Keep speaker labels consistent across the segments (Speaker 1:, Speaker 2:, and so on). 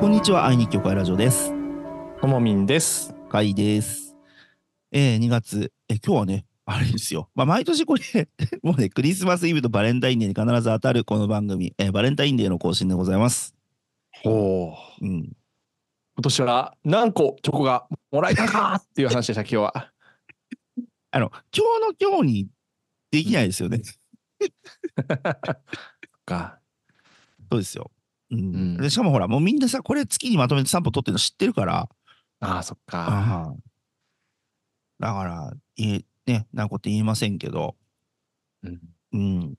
Speaker 1: こんにちは、愛日協会ラジオです。
Speaker 2: ともみんです。
Speaker 1: かいです。えー、2月、えー今日はね、あれですよ。まあ、毎年これ、 もうね、クリスマスイブとバレンタインデーに必ず当たるこの番組、えーバレンタインデーの更新でございます。
Speaker 2: おお。
Speaker 1: うん。
Speaker 2: 今年は何個チョコがもらえたかっていう話でした、今日は。
Speaker 1: あの、今日の今日にできないですよね。
Speaker 2: か。
Speaker 1: そうですよ。うん
Speaker 2: ん
Speaker 1: でしかもほら、もうみんなさ、これ月にまとめて散歩取ってるの知ってるから、
Speaker 2: ああ、そっか。
Speaker 1: ああだから、いえ、ね、なんこと言えませんけど、
Speaker 2: うん
Speaker 1: うん。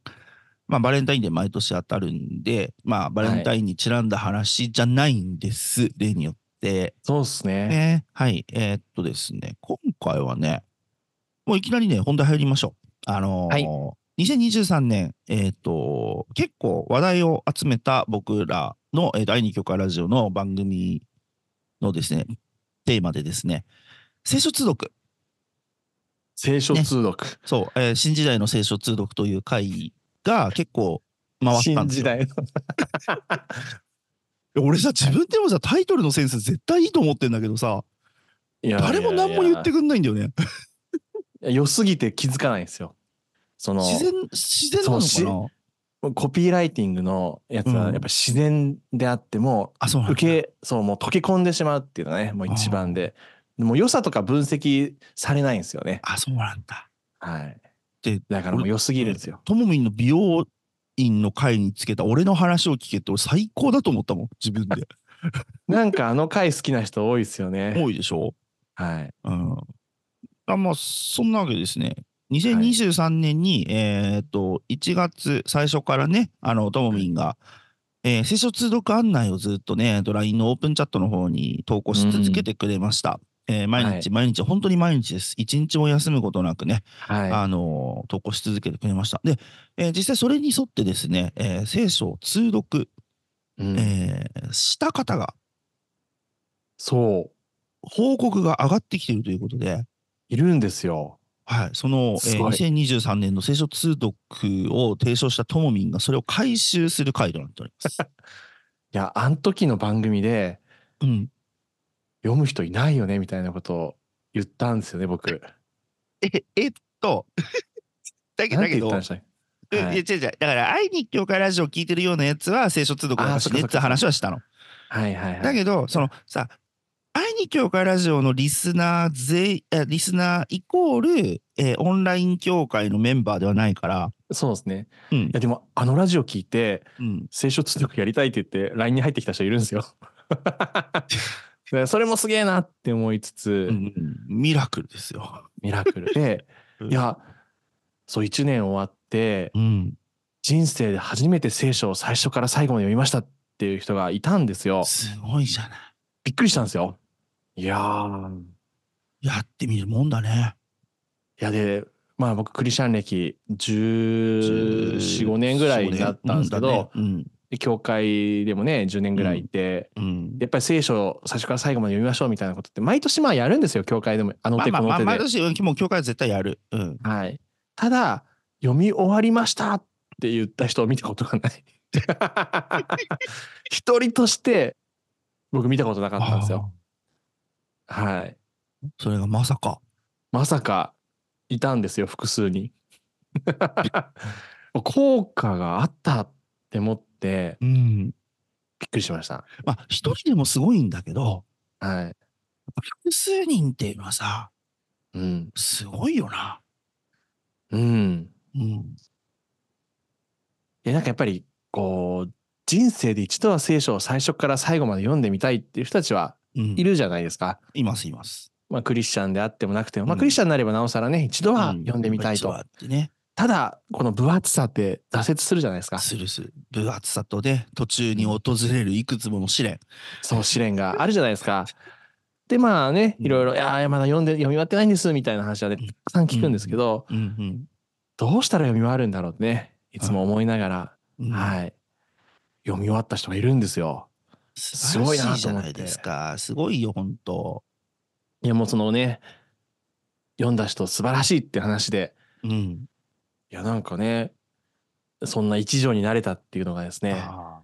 Speaker 1: まあ、バレンタインで毎年当たるんで、まあ、バレンタインにちなんだ話じゃないんです、例によって。
Speaker 2: そうっすね。
Speaker 1: ね、はい、えーっとですね、今回はね、もういきなりね、本題入りましょう。あのー
Speaker 2: はい
Speaker 1: 2023年、えーっと、結構話題を集めた僕らの、えー、第2局ラジオの番組のですね、テーマでですね、聖書通読、
Speaker 2: 聖書通読。
Speaker 1: そう、えー新時代の聖書通読という回が結構回ったん
Speaker 2: 新
Speaker 1: ですよ。
Speaker 2: 時代の。
Speaker 1: 俺さ、自分でもさ、タイトルのセンス絶対いいと思ってんだけどさ、
Speaker 2: いや
Speaker 1: 誰も何も言って
Speaker 2: い
Speaker 1: くんないんだよね。
Speaker 2: や良すぎて気づかないんですよ。その
Speaker 1: 自然、自然なの
Speaker 2: そ
Speaker 1: か
Speaker 2: う
Speaker 1: な
Speaker 2: コピーライティングのやつは
Speaker 1: うん
Speaker 2: やっぱ自然であっても、
Speaker 1: あ、そうなんだ
Speaker 2: 受けそうもう溶け込んでしまうっていうのがねもう一番でもう良さとか分析されないんですよね
Speaker 1: あ、そうなんだ。
Speaker 2: はい
Speaker 1: で
Speaker 2: だからもう良すぎるんですよ
Speaker 1: ともみんの美容院の会につけた俺の話を聞けって俺最高だと思ったもん、自分 で。
Speaker 2: なんかあの回好きな人多いですよね。
Speaker 1: 多いでしょ
Speaker 2: はい。
Speaker 1: うん。あまあ、そんなわけですね。2023年に、えーっと、1月最初からね、あの、ともみんが、えー、聖書通読案内をずっとね、えっと LINE のオープンチャットの方に投稿し続けてくれました。えー毎日、毎日、本当に毎日です。一日も休むことなくね、
Speaker 2: は
Speaker 1: あの投稿し続けてくれました。で、えー実際それに沿ってですね、えー聖書を通読、
Speaker 2: い。うん、
Speaker 1: えーした方が、
Speaker 2: そう。
Speaker 1: 報告が上がってきているということで、
Speaker 2: いるんですよ。
Speaker 1: はい、その、えー
Speaker 2: すごい
Speaker 1: 2023年の聖書通読を提唱したともみんがそれを回収する回となっております。
Speaker 2: いや、あの時の番組で
Speaker 1: うん、
Speaker 2: 読む人いないよねみたいなことを言ったんですよね、僕。
Speaker 1: ええっ と、だけ
Speaker 2: な
Speaker 1: だ
Speaker 2: んて
Speaker 1: け
Speaker 2: 言ったん
Speaker 1: ど
Speaker 2: でし、たっ
Speaker 1: い
Speaker 2: け
Speaker 1: や
Speaker 2: は
Speaker 1: 違う
Speaker 2: い
Speaker 1: 違う、だから愛に教会ラジオ聞いてるようなやつは聖書通読だからしね
Speaker 2: あーそっかそっか
Speaker 1: って話はしたの。
Speaker 2: はいはいはい。
Speaker 1: だけど、そのさ、愛に教会ラジオのリスナー全、えリスナーイコール、えーオンライン協会のメンバーではないから、
Speaker 2: そうですね。
Speaker 1: うん
Speaker 2: いや、でもあのラジオ聞いて、
Speaker 1: うん、
Speaker 2: 聖書通読やりたいって言って LINE に入ってきた人いるんで すよ。 だからそれもすげえなって思いつつ、
Speaker 1: うんミラクルですよ。
Speaker 2: ミラクルで
Speaker 1: うん
Speaker 2: いやそう1年終わって
Speaker 1: うん、
Speaker 2: 人生で初めて聖書を最初から最後まで読みましたっていう人がいたんですよ。
Speaker 1: すごいじゃない。
Speaker 2: びっくりしたんですよ。いやー
Speaker 1: やってみるもんだね。
Speaker 2: いやでまあ僕クリスチャン歴1415年ぐらいになったんですけど、
Speaker 1: うん、
Speaker 2: で教会でもね10年ぐらいいて、
Speaker 1: うん。
Speaker 2: やっぱり聖書を最初から最後まで読みましょうみたいなことって毎年まあやるんですよ教会でもあの
Speaker 1: まあ
Speaker 2: 手
Speaker 1: ま
Speaker 2: こ
Speaker 1: あま
Speaker 2: の
Speaker 1: あ、
Speaker 2: 手で。
Speaker 1: 毎年、うんもう教会は絶対やる。うん。
Speaker 2: はい、ただ読み終わりましたって言った人を見たことがない 一人として僕見たことなかったんですよはい
Speaker 1: それがまさか。
Speaker 2: まさかいたんですよ複数 に効果があったって思って
Speaker 1: うん。
Speaker 2: びっくりしました
Speaker 1: まあ、一人でもすごいんだけど、
Speaker 2: はい
Speaker 1: 複数人っていうのはさ、
Speaker 2: うん
Speaker 1: すごいよな。
Speaker 2: うん
Speaker 1: うん。
Speaker 2: いやなんかやっぱりこう人生で一度は聖書を最初から最後まで読んでみたいっていう人たちは
Speaker 1: うん
Speaker 2: いるじゃないですか、
Speaker 1: いますいます。
Speaker 2: まあ、クリスチャンであってもなくても、ま
Speaker 1: う
Speaker 2: あ、
Speaker 1: ん
Speaker 2: クリスチャンになればなおさらね一度は
Speaker 1: うん
Speaker 2: 読んでみたいと、
Speaker 1: やっぱりそうやってね、
Speaker 2: ただこの分厚さって挫折するじゃないですか
Speaker 1: スルスル、分厚さとね、途中に訪れるいくつもの試練。
Speaker 2: そう試練があるじゃないですか。でまあね
Speaker 1: うん
Speaker 2: いろいろ「いやーまだ読んで読み終わってないんです」みたいな話はねたくさん聞くんですけど、
Speaker 1: うん
Speaker 2: どうしたら読み終わるんだろうってねいつも思いながら、
Speaker 1: うんうん
Speaker 2: はい読み終わった人がいるんですよ。
Speaker 1: 素晴らしい
Speaker 2: す
Speaker 1: じゃ
Speaker 2: ごいなと思って
Speaker 1: ないですか。すごいよ、本当
Speaker 2: いやもうそのね読んだ人素晴らしいって話で
Speaker 1: うん。
Speaker 2: いやなんかねそんな一条になれたっていうのがですね
Speaker 1: あ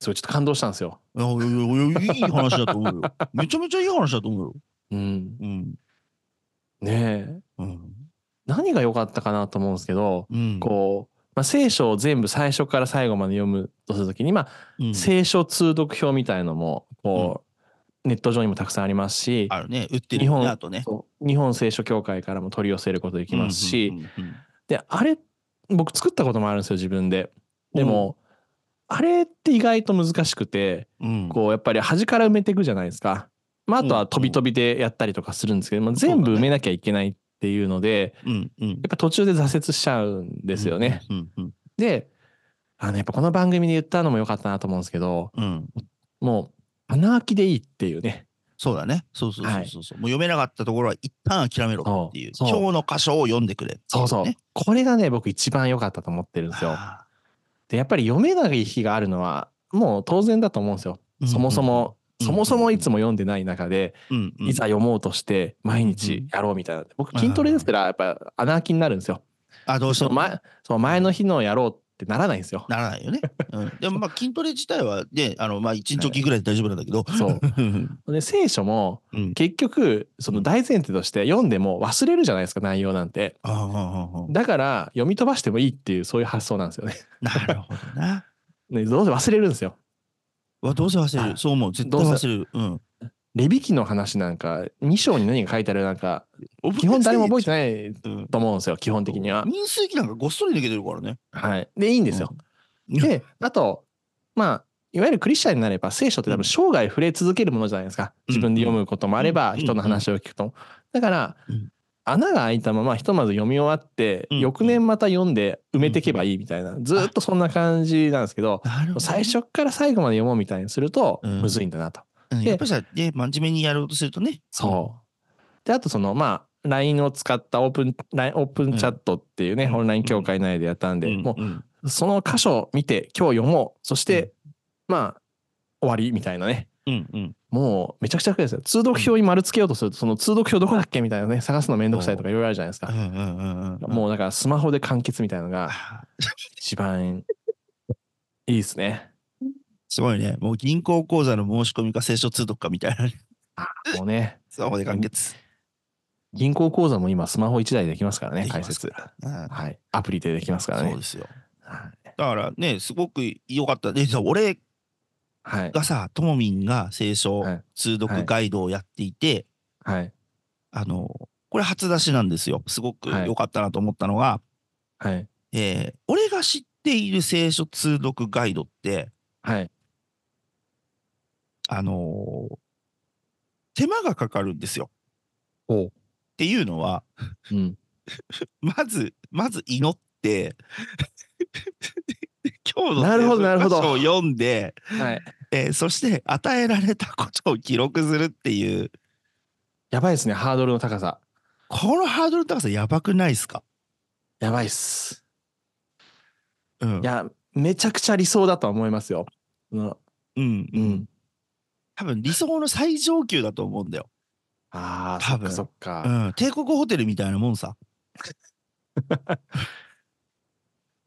Speaker 2: すごいちょっと感動したんですよ。
Speaker 1: いやいやいやいい話だと思う よ。めちゃめちゃいい話だと思うよ。
Speaker 2: うん、
Speaker 1: うん。
Speaker 2: ねえ
Speaker 1: うん。
Speaker 2: 何が良かったかなと思うんですけど、
Speaker 1: うん、
Speaker 2: こう、まあ、聖書を全部最初から最後まで読むとするときに、まあ、
Speaker 1: うん、
Speaker 2: 聖書通読表みたいのもこう、ネット上にもたくさんありますし、
Speaker 1: あるね。売ってる
Speaker 2: 日
Speaker 1: よね、
Speaker 2: 本
Speaker 1: あとね。
Speaker 2: そう日本聖書協会からも取り寄せることできますし、
Speaker 1: うんうんうんうん
Speaker 2: であれ僕作ったこともあるんですよ自分で。でも、あれって意外と難しくて
Speaker 1: うん、
Speaker 2: こうやっぱり端から埋めていくじゃないですか。まあ、あとは飛び飛びでやったりとかするんですけど、まあ、全部埋めなきゃいけないっていうので
Speaker 1: うんうん
Speaker 2: やっぱ途中で挫折しちゃうんですよね。。
Speaker 1: うんうん
Speaker 2: であのやっぱこの番組で言ったのも良かったなと思うんですけど
Speaker 1: うんうん、
Speaker 2: もう穴開きでいいっていうね
Speaker 1: そうだね。そうそうそうそうそう、もう読めなかったところは一旦諦めろっていう。
Speaker 2: そ
Speaker 1: 今
Speaker 2: うそ
Speaker 1: 日
Speaker 2: う
Speaker 1: の箇所を読んでくれっていね、
Speaker 2: そうそう、これがね僕一番良かったと思ってるんですよ。
Speaker 1: あ
Speaker 2: でやっぱり読めない日があるのはもう当然だと思うんですよ。
Speaker 1: ー。
Speaker 2: そもそも、
Speaker 1: うん
Speaker 2: そもそもいつも読んでない中で、
Speaker 1: うんうん、うんうん
Speaker 2: いざ読もうとして毎日やろうみたいな僕筋トレですからやっぱ穴開きになるんですよ。
Speaker 1: あ、どうして
Speaker 2: その
Speaker 1: も
Speaker 2: 前その前の日のやろうってならないん ですよ。
Speaker 1: ならないよね。うん、でもまあ筋トレ自体はね、あのまあ一日おきぐらいで大丈夫なんだけ ど。
Speaker 2: そう
Speaker 1: うん
Speaker 2: で聖書も
Speaker 1: うん
Speaker 2: 結局その大前提として読んでも忘れるじゃないですか内容なんて。
Speaker 1: あーあーあー
Speaker 2: だから読み飛ばしてもいいっていうそういう発想なんですよね。
Speaker 1: なるほどな。
Speaker 2: ねどうせ忘れるんですよ。
Speaker 1: わどうせ忘れる。そう思う。絶対
Speaker 2: どうせ
Speaker 1: 忘れる。うん。
Speaker 2: レビキの話なんか2章に何が書いてあるなんか基本誰も覚えて
Speaker 1: ない。
Speaker 2: ない
Speaker 1: うん
Speaker 2: と思うんですよ基本的には。
Speaker 1: 民数記なんかごっそり抜けてるからね。
Speaker 2: はい、でいいんですよ。
Speaker 1: うん
Speaker 2: であとまあいわゆるクリスチャンになれば聖書って多分生涯触れ続けるものじゃないですか
Speaker 1: うん
Speaker 2: 自分で読むこともあれば
Speaker 1: うん
Speaker 2: 人の話を聞くともだから
Speaker 1: うん
Speaker 2: 穴が開いたままひとまず読み終わって
Speaker 1: うん
Speaker 2: 翌年また読んで埋めていけばいいみたいなずっとそんな感じなんですけど
Speaker 1: なるほど。
Speaker 2: 最初から最後まで読もうみたいにすると
Speaker 1: うん
Speaker 2: むずいんだなと。
Speaker 1: うん
Speaker 2: で
Speaker 1: やっぱりさ、で、真面目にやろうとするとね。
Speaker 2: そう。で、あとその、まあ、LINE を使ったオープン、LINE オープンチャットっていうね、
Speaker 1: うん
Speaker 2: オンライン協会内でやったんで、
Speaker 1: ん
Speaker 2: も
Speaker 1: ん
Speaker 2: う、その箇所を見て、今日読もう。そして、
Speaker 1: うん
Speaker 2: まあ、終わりみたいなね。
Speaker 1: うんうん。
Speaker 2: もう、めちゃくちゃ楽ですよ。通読表に丸つけようとすると、その通読表どこだっけみたいなね、探すのめんどくさいとかいろいろあるじゃないです
Speaker 1: う
Speaker 2: か。
Speaker 1: んうんうんうん。
Speaker 2: もう、だから、スマホで完結みたいなのが、
Speaker 1: あ
Speaker 2: 一番、いいですね。
Speaker 1: すごいね。もう銀行口座の申し込みか、聖書通読かみたいなね。
Speaker 2: もうね、
Speaker 1: スマホで完結。
Speaker 2: 銀行口座も今、スマホ1台でできますからね
Speaker 1: で、きま
Speaker 2: 解
Speaker 1: す
Speaker 2: 説。
Speaker 1: うん
Speaker 2: はい。アプリでできますから
Speaker 1: そう
Speaker 2: ね
Speaker 1: で。すよ。
Speaker 2: はい
Speaker 1: だからね、すごく良かった。で、そう俺
Speaker 2: はい。
Speaker 1: がさ、ともみんが聖書
Speaker 2: はい
Speaker 1: 通読ガイドをやっていて、
Speaker 2: はい。
Speaker 1: あの、これ初出しなんですよ。すごく良かったなと思ったのが、
Speaker 2: はい。
Speaker 1: えー俺が知っている聖書通読ガイドって、
Speaker 2: はい。
Speaker 1: あのー手間がかかるんですよ。
Speaker 2: おう
Speaker 1: っていうのは、
Speaker 2: うん。
Speaker 1: まず、まず祈って、 今日の
Speaker 2: なるほど
Speaker 1: 聖書
Speaker 2: なるほど
Speaker 1: 箇所を読んで、
Speaker 2: はい。
Speaker 1: えーそして与えられたことを記録するっていう、
Speaker 2: やばいですね。ハードルの高さ。
Speaker 1: このハードルの高さやばくないですか
Speaker 2: やばいっす。
Speaker 1: うん
Speaker 2: い。や、めちゃくちゃ理想だとは思いますよ。うん。
Speaker 1: うん、う。
Speaker 2: うんん。
Speaker 1: 多分理想の最上級だと思うんだよ。
Speaker 2: ああ、そ
Speaker 1: 多
Speaker 2: っか
Speaker 1: 分
Speaker 2: そっか。
Speaker 1: う
Speaker 2: い
Speaker 1: ん。帝国ホテルみたいなもんさ。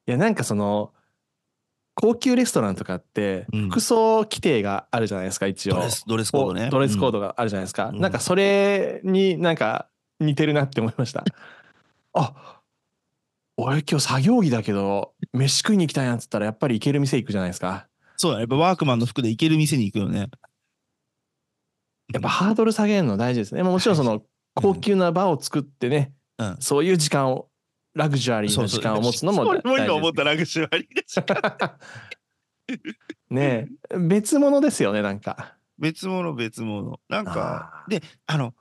Speaker 2: や、なんかその、高級レストランとかって
Speaker 1: うん、
Speaker 2: 服装規定があるじゃないですか、一応。
Speaker 1: ドレス、ドレスコードね。
Speaker 2: ドレスコードがあるじゃないですか。
Speaker 1: うん
Speaker 2: なんかそれになんか似てるなって思いました。 あ俺今日作業着だけど、飯食いに行きたいなっつったら、やっぱり行ける店行くじゃないですか。
Speaker 1: そうだね。やっぱワークマンの服で行ける店に行くよね。
Speaker 2: やっぱハードル下げるの大事ですね。まあ、もちろんその高級な場を作ってね、
Speaker 1: うん
Speaker 2: そういう時間をラグジュアリーな時間を持つの も
Speaker 1: そうそ
Speaker 2: 大
Speaker 1: うそう俺も今思
Speaker 2: 事
Speaker 1: ったラグジュアリーだし。
Speaker 2: ねえ別物ですよねなんか。
Speaker 1: 別物別物。なんか、
Speaker 2: あ
Speaker 1: で、あの、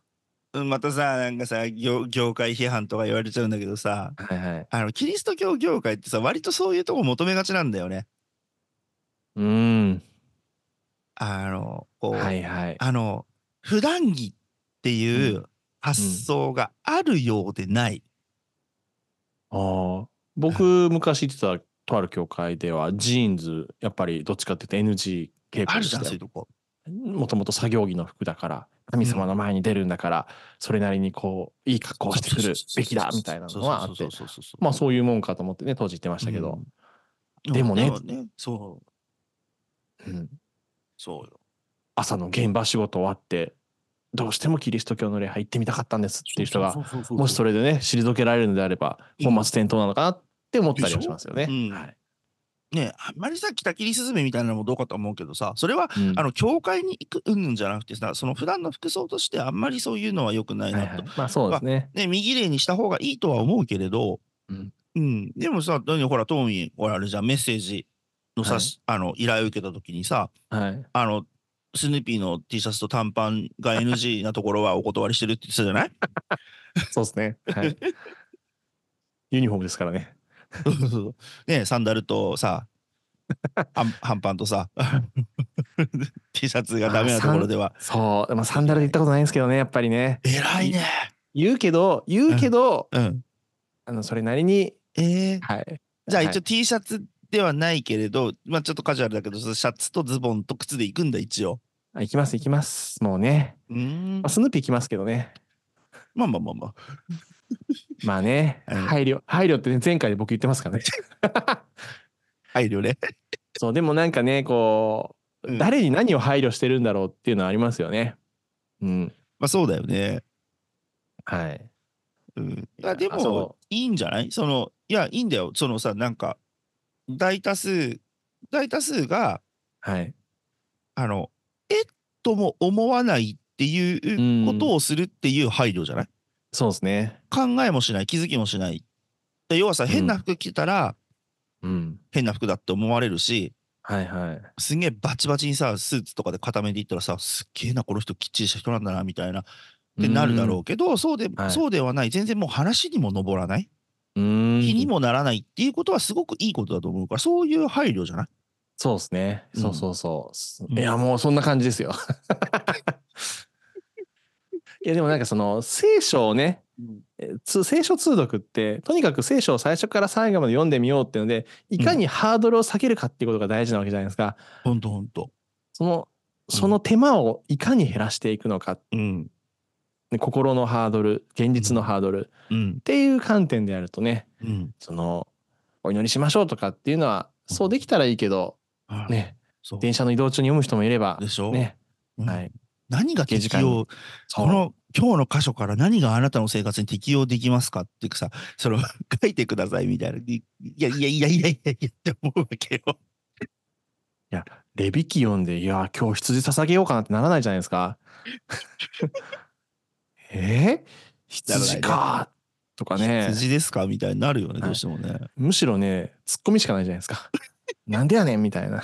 Speaker 1: うんまたさ、なんかさ業、業界批判とか言われちゃうんだけどさ、
Speaker 2: ーはいはい。
Speaker 1: あの、キリスト教業界ってさ、割とそういうとこ求めがちなんだよね。
Speaker 2: うん
Speaker 1: あの、こう、
Speaker 2: はいはい。
Speaker 1: あの、普段着っていうう発想があるようでない。
Speaker 2: あー僕昔行ってたとある教会ではジーンズやっぱりどっちかって言って NG 傾
Speaker 1: あ
Speaker 2: 向
Speaker 1: る
Speaker 2: で
Speaker 1: じゃん、そう
Speaker 2: した
Speaker 1: いう
Speaker 2: よ。
Speaker 1: とこ。
Speaker 2: もともと作業着の服だから神様の前に出るんだから、それなりにこういい格好をしてくるべきだみたいなのはあって
Speaker 1: そうそうそうそうそうそうそう
Speaker 2: まあそういうもんかと思ってね当時言ってましたけど、
Speaker 1: うん
Speaker 2: でもね
Speaker 1: ね、そう。
Speaker 2: うん
Speaker 1: そうよ。
Speaker 2: 朝の現場仕事終わってどうしてもキリスト教の礼拝行ってみたかったんですっていう人が
Speaker 1: そうそうそうそう
Speaker 2: もしそれでね退けられるのであれば本末転倒なのかなって思ったりはしますよ
Speaker 1: で
Speaker 2: ね。
Speaker 1: しょうん
Speaker 2: はい
Speaker 1: ねあんまりさ北切りスズメみたいなのもどうかと思うけどさそれは
Speaker 2: うん
Speaker 1: あの教会に行くうんんじゃなくてさその普段の服装としてあんまりそういうのは良くない
Speaker 2: は
Speaker 1: ないと
Speaker 2: はい、まあそうですね。
Speaker 1: ね、右例にした方がいいとは思うけれど、
Speaker 2: うん
Speaker 1: うんでもさ、だってほら、トーミー、ほら、あれじゃんメッセージのさ、
Speaker 2: はい
Speaker 1: あの依頼を受けた時にさ、
Speaker 2: はい、
Speaker 1: あの、スヌーピーの T シャツと短パンが NG なところはお断りしてるって言ってたじゃない
Speaker 2: そうですね。 はい、ユニフォームですからね。
Speaker 1: ねサンダルとさ、はん半パンとさ、T シャツがダメなところでは。
Speaker 2: そう、まあ、サンダルで行ったことないんですけどね、やっぱりね。
Speaker 1: 偉いね。
Speaker 2: 言うけど、言うけど、
Speaker 1: うん。
Speaker 2: あのそれなりに、
Speaker 1: えー
Speaker 2: はい。
Speaker 1: じゃあ
Speaker 2: はい
Speaker 1: 一応 T シャツではないけれど、まあちょっとカジュアルだけど、シャツとズボンと靴で行くんだ、一応。
Speaker 2: あ行きます、行きます。もうね、
Speaker 1: うーん
Speaker 2: まあ、スヌーピー行きますけどね。
Speaker 1: まあまあまあまあ。
Speaker 2: まあね、
Speaker 1: はい
Speaker 2: 配慮、配慮ってね、前回で僕言ってま すからね。
Speaker 1: 配慮ね。
Speaker 2: そう、でもなんかね、こう、
Speaker 1: うん
Speaker 2: 誰に何を配慮してるんだろうっていうのはありますよね。うん。
Speaker 1: まあそうだよね。
Speaker 2: はい。
Speaker 1: うん、い
Speaker 2: いや
Speaker 1: やでも
Speaker 2: そ、
Speaker 1: いいんじゃないその、いや、いいんだよ。そのさ、なんか、大多数、大多数が、
Speaker 2: はい。
Speaker 1: あの、えっとも思わないっていうことをするっていう配慮じゃない、
Speaker 2: そうですね。
Speaker 1: 考えもしない、気づきもしない。で要はさ、
Speaker 2: うん
Speaker 1: 変な服着てたら、
Speaker 2: うん。
Speaker 1: 変な服だって思われるし、
Speaker 2: はいはい。
Speaker 1: すげえバチバチにさ、スーツとかで固めでいったらさ、すっげえな、この人きっちりした人なんだな、みたいな、ってなるだろうけど、そうで、
Speaker 2: はい
Speaker 1: そうではない、全然もう話にも上らない。
Speaker 2: う。うん。
Speaker 1: 気にもならないっていうことはすごくいいことだと思うから、そういう配慮じゃない
Speaker 2: そうですね。
Speaker 1: うん
Speaker 2: そうそうそう。
Speaker 1: うん
Speaker 2: いや、もうそんな感じですよ。 いや、でもなんかその聖書をね、えつ聖書通読って、とにかく聖書を最初から最後まで読んでみようっていうので、いかにハードルを下げるかっていうことが大事なわけじゃないですか。
Speaker 1: ほんとほんと。
Speaker 2: その、
Speaker 1: うん
Speaker 2: その手間をいかに減らしていくのか、
Speaker 1: うん。
Speaker 2: ね心のハードル、現実のハードルっ
Speaker 1: うん。
Speaker 2: ていう観点であるとね、
Speaker 1: うん。
Speaker 2: その、お祈りしましょうとかっていうのは、そうできたらいいけど、
Speaker 1: あ
Speaker 2: ね、
Speaker 1: そう
Speaker 2: 電車の移動中に読む人もいれば
Speaker 1: で、しょ、
Speaker 2: ね、
Speaker 1: うん
Speaker 2: はい。
Speaker 1: 何が適用、
Speaker 2: そ
Speaker 1: こ
Speaker 2: の
Speaker 1: の今日の箇所から何があなたの生活に適用できますかっていうかさ、その 書いてくださいみたいな。いやいやいやいやいやいやって思うわけよ。
Speaker 2: レビキ読んで、いや、今日羊捧げようかなってならないじゃないです か。えー、羊
Speaker 1: なら
Speaker 2: かとかね、
Speaker 1: 筋ですかみたいになるよね、
Speaker 2: はい
Speaker 1: どうしてもね。
Speaker 2: むしろね、ツッコミしかないじゃないです か。なんでやねんみたいな。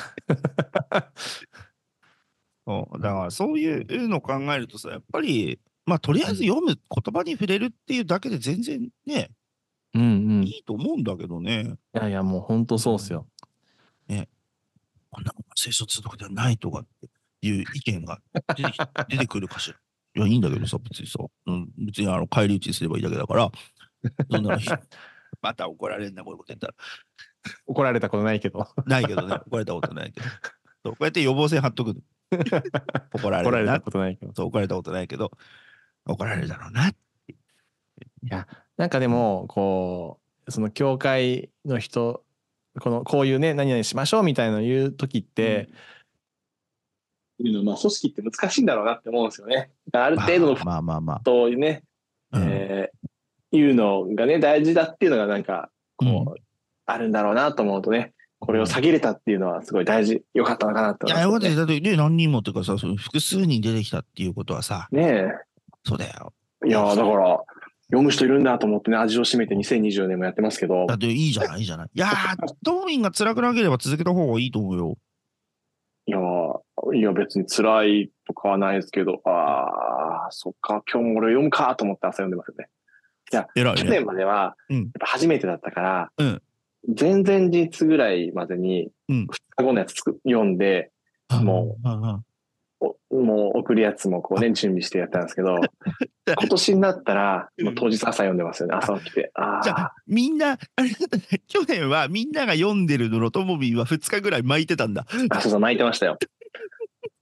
Speaker 1: そうだからそういうのを考えるとさ、やっぱり、まあとりあえず読む言葉に触れるっていうだけで全然ね、
Speaker 2: うんうん。い
Speaker 1: いいと思うんだけどね。
Speaker 2: やいや、もう本当そうっすよ。
Speaker 1: こんなもんは聖書通読ではないとかっていう意見が出 てき出てくるかしら。いや、いいんだけどさ、別にさ、うん、別にあの返り討ちにすればいいだけだから、そんなのひ また怒られるな、こういうこと言ったら。
Speaker 2: 怒られたことないけど。
Speaker 1: ないけどね、怒られたことないけど。そうこうやって予防線張 っとくの。怒られ
Speaker 2: 怒ら
Speaker 1: る
Speaker 2: れ
Speaker 1: な
Speaker 2: たことないけど。
Speaker 1: そう怒られたことないけど、怒られるだろうな。
Speaker 2: なんかでも、こう、その教会の人、この、こういうね、何々しましょうみたいなの言う時って、
Speaker 3: まあ、組織って難しいんだろうなって思うんですよね。ある程度のフッ
Speaker 1: まあまあま
Speaker 3: トをね、
Speaker 1: あ。うん
Speaker 3: えーいうのがね、大事だっていうのがなんか、こう、あるんだろうなと思うとね、これを下げれたっていうのはすごい大事、良かったのかなと
Speaker 1: い
Speaker 3: 思
Speaker 1: や、よかった
Speaker 3: い
Speaker 1: で
Speaker 3: ます
Speaker 1: だってね、何人もっていうかさ、その複数人出てきたっていうことはさ、
Speaker 3: ね。ね
Speaker 1: そうだよ。
Speaker 3: え。いや、だから、読む人いるんだと思ってね、味を占めて2020年もやってますけど
Speaker 1: だ、っていいじゃない、いいじゃない。いやー、ドーミンが辛くなければ続けた方がいいと思うよ。
Speaker 3: いや、いや別に辛いとかはないですけど、ああ、そっか、今日も俺読むかと思って朝読んでますよね。
Speaker 1: 偉い
Speaker 3: 去
Speaker 1: ね
Speaker 3: 年。までは、
Speaker 1: うん
Speaker 3: やっぱ初めてだったから、
Speaker 1: うん
Speaker 3: 前々日ぐらいまでに、
Speaker 1: う
Speaker 3: 2
Speaker 1: ん
Speaker 3: 日後のやつつく読んで、も
Speaker 1: うん。うんうん
Speaker 3: おもう送るやつもこ うね、準備してやったんですけど、今年になったら、もう当日朝読んでますよね、朝起きて。あ
Speaker 1: じ
Speaker 3: あ
Speaker 1: ゃあ、みんな、 あれだったね、去年はみんなが読んでるののともみんは2日ぐらい巻いてたんだ。
Speaker 3: あ、そうそう、泣いてま したよ。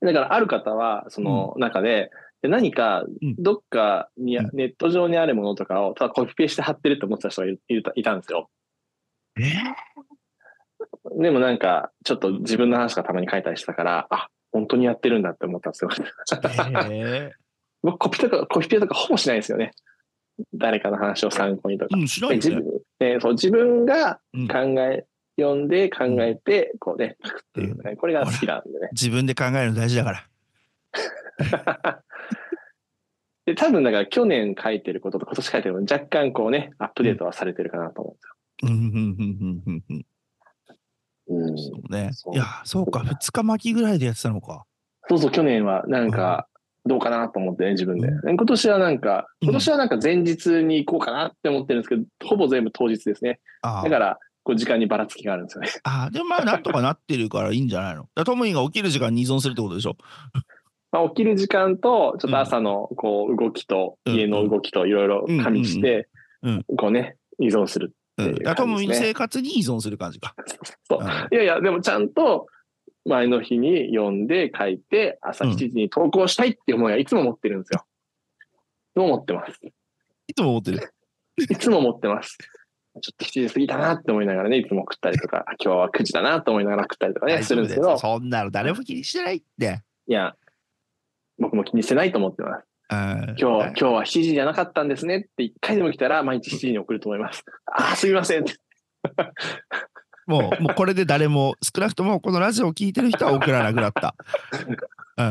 Speaker 3: だから、ある方は、その中で、で何か
Speaker 1: うん、
Speaker 3: どっかに、
Speaker 1: うん
Speaker 3: ネット上にあるものとかを、ただコピペして貼ってると思ってた人がいるいたいたんですよ。
Speaker 1: え
Speaker 2: でもなんか、ちょっと自分の話がたまに書いたりしたから、あ、本当にやってるんだって思ったんですよ。
Speaker 1: へえ
Speaker 2: 僕、コピペとか、コピペとかほぼしないですよね。誰かの話を参考にとか。
Speaker 1: うん、しないよ
Speaker 2: 自
Speaker 1: ね。
Speaker 2: 分ねそう自分が
Speaker 1: うん
Speaker 2: 考え、読んで考えて、こうね、書くっていうね、これが好きなんでね。
Speaker 1: 自分で考えるの大事だから。
Speaker 2: で、多分だから去年書いてることと今年書いてること、若干こうね、アップデートはされてるかなと思
Speaker 1: うんうんうんうんうんうん
Speaker 2: うんですよ。
Speaker 1: そうね
Speaker 2: そ。う
Speaker 1: いや、そうか、2日巻きぐらいでやってたのか。
Speaker 2: そうそう、去年はなんか、どうかなと思ってね、自分で。今年はなんか、
Speaker 1: うん
Speaker 2: 今年はなんか前日に行こうかなって思ってるんですけど、ほぼ全部当日ですね。
Speaker 1: あ
Speaker 2: だ
Speaker 1: あ
Speaker 2: から、こう時間にばらつきがあるんですよね。
Speaker 1: ああ、でもまあ、なんとかなってるからいいんじゃないの。だからトムインが起きる時間に依存するってことでしょ。
Speaker 2: まあ、起きる時間と、ちょっと朝のこう動きと、
Speaker 1: うん
Speaker 2: 家の動きといろいろ加味して
Speaker 1: うんうん、
Speaker 2: こうね、依存する。
Speaker 1: うん、
Speaker 2: って
Speaker 1: だ
Speaker 2: いう感じですね
Speaker 1: からトムインの生活に依存する感じか。
Speaker 2: そう
Speaker 1: うん
Speaker 2: いやいや、でもちゃんと前の日に読んで書いて、朝7時に投稿したいっていう思いはいつも持ってるんですよ。いつも持っ てます。
Speaker 1: いつも思ってる。
Speaker 2: いつも持ってます。ちょっと7時過ぎたなって思いながらね、いつも食ったりとか、あ今日は9時だなと思いながら食ったりとかね、
Speaker 1: 大
Speaker 2: す
Speaker 1: 丈
Speaker 2: るん
Speaker 1: 夫
Speaker 2: で
Speaker 1: だ
Speaker 2: すけ
Speaker 1: よ
Speaker 2: ど、
Speaker 1: そんなの誰も気にしてないって。
Speaker 2: いや、僕も気にしてないと思ってます。
Speaker 1: うん
Speaker 2: 今日、今日は7時じゃなかったんですねって一回でも来たら毎日7時に送ると思います。 ああ、すみません。
Speaker 1: もう、もうこれで誰も、少なくともこのラジオを聞いてる人は送らなくな った。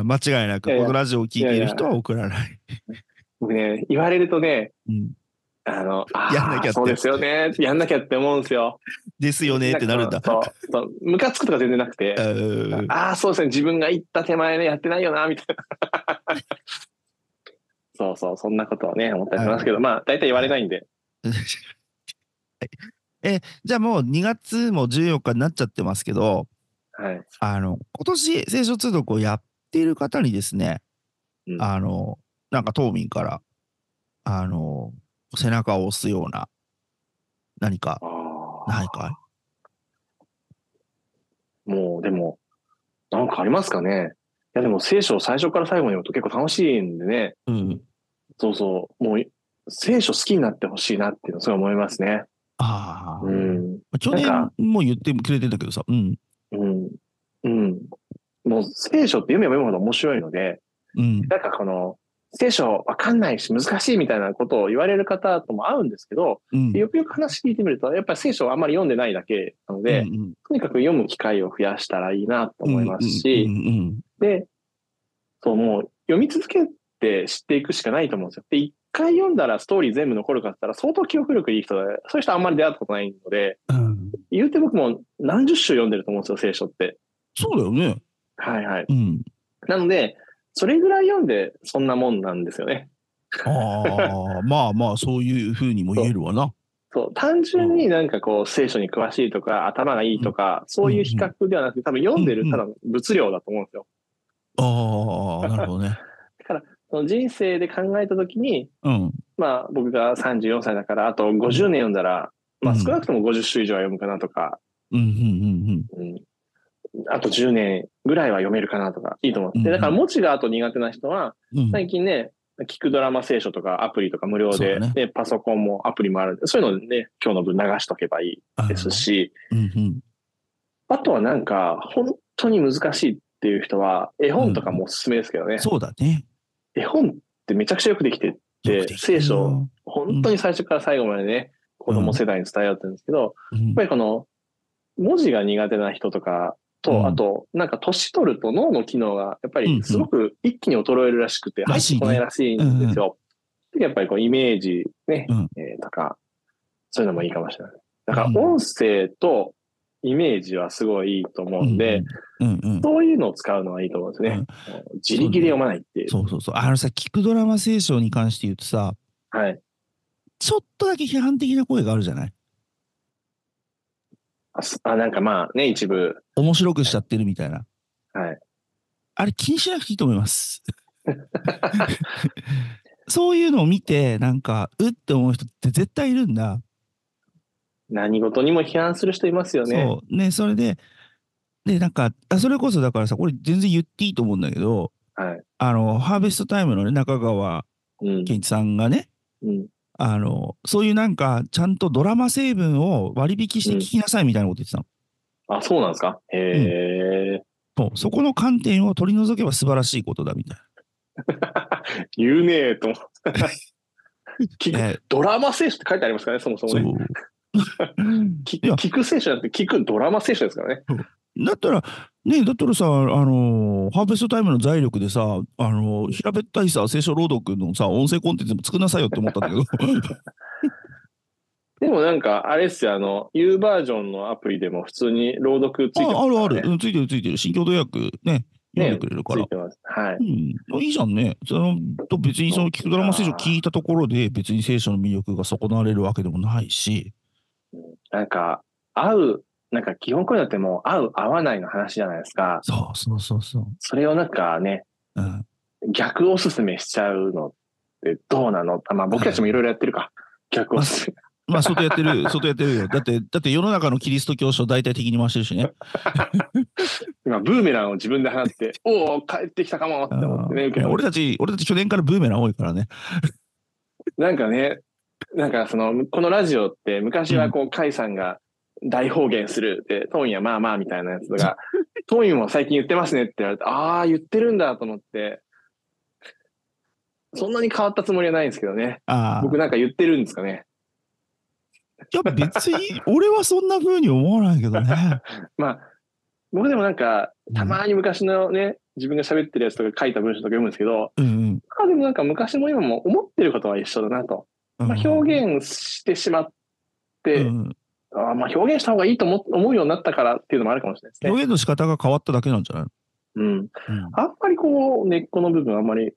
Speaker 1: うん、間違いなく、
Speaker 2: いやいや
Speaker 1: このラジオを聞いてる人は送らない。
Speaker 2: 僕ね、言われるとね、
Speaker 1: うん、
Speaker 2: あの、あ
Speaker 1: やんなきゃって
Speaker 2: ーそうですよね。やんなきゃって思うんですよ。
Speaker 1: ですよねってなるんだ。
Speaker 2: そうそう。ムカつくとか全然なくて、
Speaker 1: うん
Speaker 2: ああ、そうですね。自分が行った手前ね、やってないよな、みたいな。 そうそう、そんなことをね、思ったりしますけど、まあ、大体言われないんで。
Speaker 1: え、じゃあもう2月も14日になっちゃってますけど、
Speaker 2: はい。
Speaker 1: あの、今年、聖書通読をやっている方にですね、
Speaker 2: うん
Speaker 1: あの、なんか当民から、あの、背中を押すような、何か、ないかい
Speaker 2: もう、でも、なんかありますかね。いや、でも、聖書を最初から最後に読むと結構楽しいんでね。
Speaker 1: うん。
Speaker 2: そうそう。もう、聖書好きになってほしいなっていうのはすごい思いますね。
Speaker 1: ああ、
Speaker 2: うん。
Speaker 1: 去
Speaker 2: なん
Speaker 1: 年
Speaker 2: か
Speaker 1: も言ってくれてたけどさ、うん。
Speaker 2: うん。うん。もう、聖書って読めば読むほど面白いので、
Speaker 1: うん。
Speaker 2: なんかこの、聖書わかんないし難しいみたいなことを言われる方とも合うんですけど、
Speaker 1: うん。
Speaker 2: よくよく話聞いてみると、やっぱり聖書をあんまり読んでないだけなので、
Speaker 1: うんうん
Speaker 2: とにかく読む機会を増やしたらいいなと思います
Speaker 1: う
Speaker 2: し、
Speaker 1: んうん
Speaker 2: で、そう、もう読み続けて知っていくしかないと思うんですよ。で、一回読んだらストーリー全部残るかって言ったら相当記憶力いい人で、そういう人あんまり出会ったことないので、
Speaker 1: うんうん
Speaker 2: 言うて僕も何十種読んでると思うんですよ、聖書って。
Speaker 1: そうだよね。
Speaker 2: はいはい。
Speaker 1: うん。
Speaker 2: なので、それぐらい読んでそんなもんなんですよね。
Speaker 1: ああ、まあまあ、そういうふうにも言えるわな。
Speaker 2: そう、単純になんかこう、聖書に詳しいとか、頭がいいとか、そういう比較ではなくて、多分読んで
Speaker 1: うんう
Speaker 2: る
Speaker 1: ん
Speaker 2: ただの物量だと思うんですよ。
Speaker 1: ああ、なるほどね。
Speaker 2: その人生で考えたときに、
Speaker 1: うん。
Speaker 2: まあ僕が34歳だから、あと50年読んだら、まあ
Speaker 1: うん
Speaker 2: 少なくとも50種以上は読むかなとか、
Speaker 1: うんうん
Speaker 2: うん、あと10年ぐらいは読めるかなとか、いいと思う。
Speaker 1: うんう
Speaker 2: で、
Speaker 1: ん
Speaker 2: だから文字があと苦手な人は、
Speaker 1: うんうん。うん
Speaker 2: 最近ね、聞くドラマ聖書とかアプリとか無料
Speaker 1: そう
Speaker 2: で、
Speaker 1: だね
Speaker 2: ね、パソコンもアプリもあるんで、そういうのでね、今日の分流しとけばいいですし、
Speaker 1: うんうん
Speaker 2: あとはなんか、本当に難しいっていう人は、絵本とかもおすすめですけどね。
Speaker 1: そうだね。絵
Speaker 2: 絵本ってめちゃくちゃよくできてて
Speaker 1: よくできてる
Speaker 2: 聖
Speaker 1: よ
Speaker 2: 書。本当に最初から最後までね、子供世代に伝えようって言うんですけど、やっ
Speaker 1: うん
Speaker 2: ぱりこの、文字が苦手な人とか
Speaker 1: う
Speaker 2: と、
Speaker 1: ん
Speaker 2: あと、なんか年取ると脳の機能が、やっぱりすごく一気に衰えるらしくて、
Speaker 1: ん
Speaker 2: 入ってこないらしいんですよ。やっぱりこう、イメージね、
Speaker 1: うん
Speaker 2: えーとか、そういうのもいいかもしれない。だから
Speaker 1: うん
Speaker 2: 音声とイメージはすごいいいと思うんで、、
Speaker 1: うんうん。
Speaker 2: そういうのを使うのはいいと思うんですね。自力で読まないっていう。
Speaker 1: そうそうそう。あのさ、聞くドラマ聖書に関して言うとさ、
Speaker 2: はい。
Speaker 1: ちょっとだけ批判的な声があるじゃない
Speaker 2: あすあ、なんかまあね、一部。
Speaker 1: 面白くしちゃってるみたいな。
Speaker 2: はい。
Speaker 1: あれ気にしなくていいと思います。そういうのを見て、なんか、うって思う人って絶対いるんだ。
Speaker 2: 何事にも批判する人いますよね。
Speaker 1: そう。ね、それで、で、なんか、あそれこそだからさ、これ全然言っていいと思うんだけど、
Speaker 2: はい。
Speaker 1: あの、ハーベストタイムのね、中川
Speaker 2: うん。
Speaker 1: 健一さんがね、
Speaker 2: うん。
Speaker 1: あの、そういうなんか、ちゃんとドラマ成分を割引して聞きなさいみたいなこと言ってたの。
Speaker 2: あ、そうなんですか。へえ。
Speaker 1: そうそこの観点を取り除けば素晴らしいことだみたい
Speaker 2: 言うねえと思って 聞
Speaker 1: な。
Speaker 2: く
Speaker 1: え
Speaker 2: ドラマ聖書って書いてありますからね、そもそ
Speaker 1: ー
Speaker 2: も
Speaker 1: そう
Speaker 2: ね。き
Speaker 1: いや
Speaker 2: 聞く聖書じゃなくて、聞くドラマ聖書ですからね。
Speaker 1: だったら、ね、だったらさ、あのーハーベストタイムの財力でさ、あのー平べったいさ、聖書朗読のさ、音声コンテンツも作んなさいよって思ったんだけ ど、
Speaker 2: でもなんか、あれっすよ、あの、U バージョンのアプリでも普通に朗読ついてます
Speaker 1: ああるあ
Speaker 2: から
Speaker 1: る、
Speaker 2: ね
Speaker 1: うん、ついてるついてる、新共同訳ね、読んでくれるから。
Speaker 2: ついてます。はい。
Speaker 1: うん、いいじゃんね。そのと別にその聞くドラマ聖書聞いたところで別に聖書の魅力が損なわれるわけでもないし、
Speaker 2: なんか、合う、なんか基本こういうのってもう合う、合わないの話じゃないですか。
Speaker 1: そうそうそうそう。
Speaker 2: それをなんかね、
Speaker 1: うん、
Speaker 2: 逆おすすめしちゃうのってどうなのあまあ僕たちもいろいろやってるか。逆おすすめ。
Speaker 1: まあ外やってる、 外やってるよ。だって、だって世の中のキリスト教書大体的に回してるしね。
Speaker 2: 今、ブーメランを自分で放って、おお、帰ってきたかもって思ってね、受け
Speaker 1: うん
Speaker 2: 止め
Speaker 1: 俺たち、俺たち去年からブーメラン多いからね。
Speaker 2: なんかね、なんかその、このラジオって昔はこう、甲斐さんが大方言するで、トーンやまあまあみたいなや つが、トーンも最近言ってますねって言われて、ああ、言ってるんだと思って、そんなに変わったつもりはないんですけどね。
Speaker 1: ああ。
Speaker 2: 僕なんか言ってるんですかね。
Speaker 1: いや別に俺はそんな風に思わないけどね。
Speaker 2: まあ、僕でもなんか、たまに昔のね、自分が喋ってるやつとか書いた文章とか読むんですけど、
Speaker 1: うんうん
Speaker 2: まあでもなんか昔も今も思ってることは一緒だなと。
Speaker 1: うん。
Speaker 2: まあ、表現してしまって、
Speaker 1: うん
Speaker 2: あーまあ表現した方がいいと思思うようになったからっていうのもあるかもしれないですね。
Speaker 1: 表現の仕方が変わっただけなんじゃない
Speaker 2: うん、
Speaker 1: の、
Speaker 2: あんまりこう根っこの部分あんまり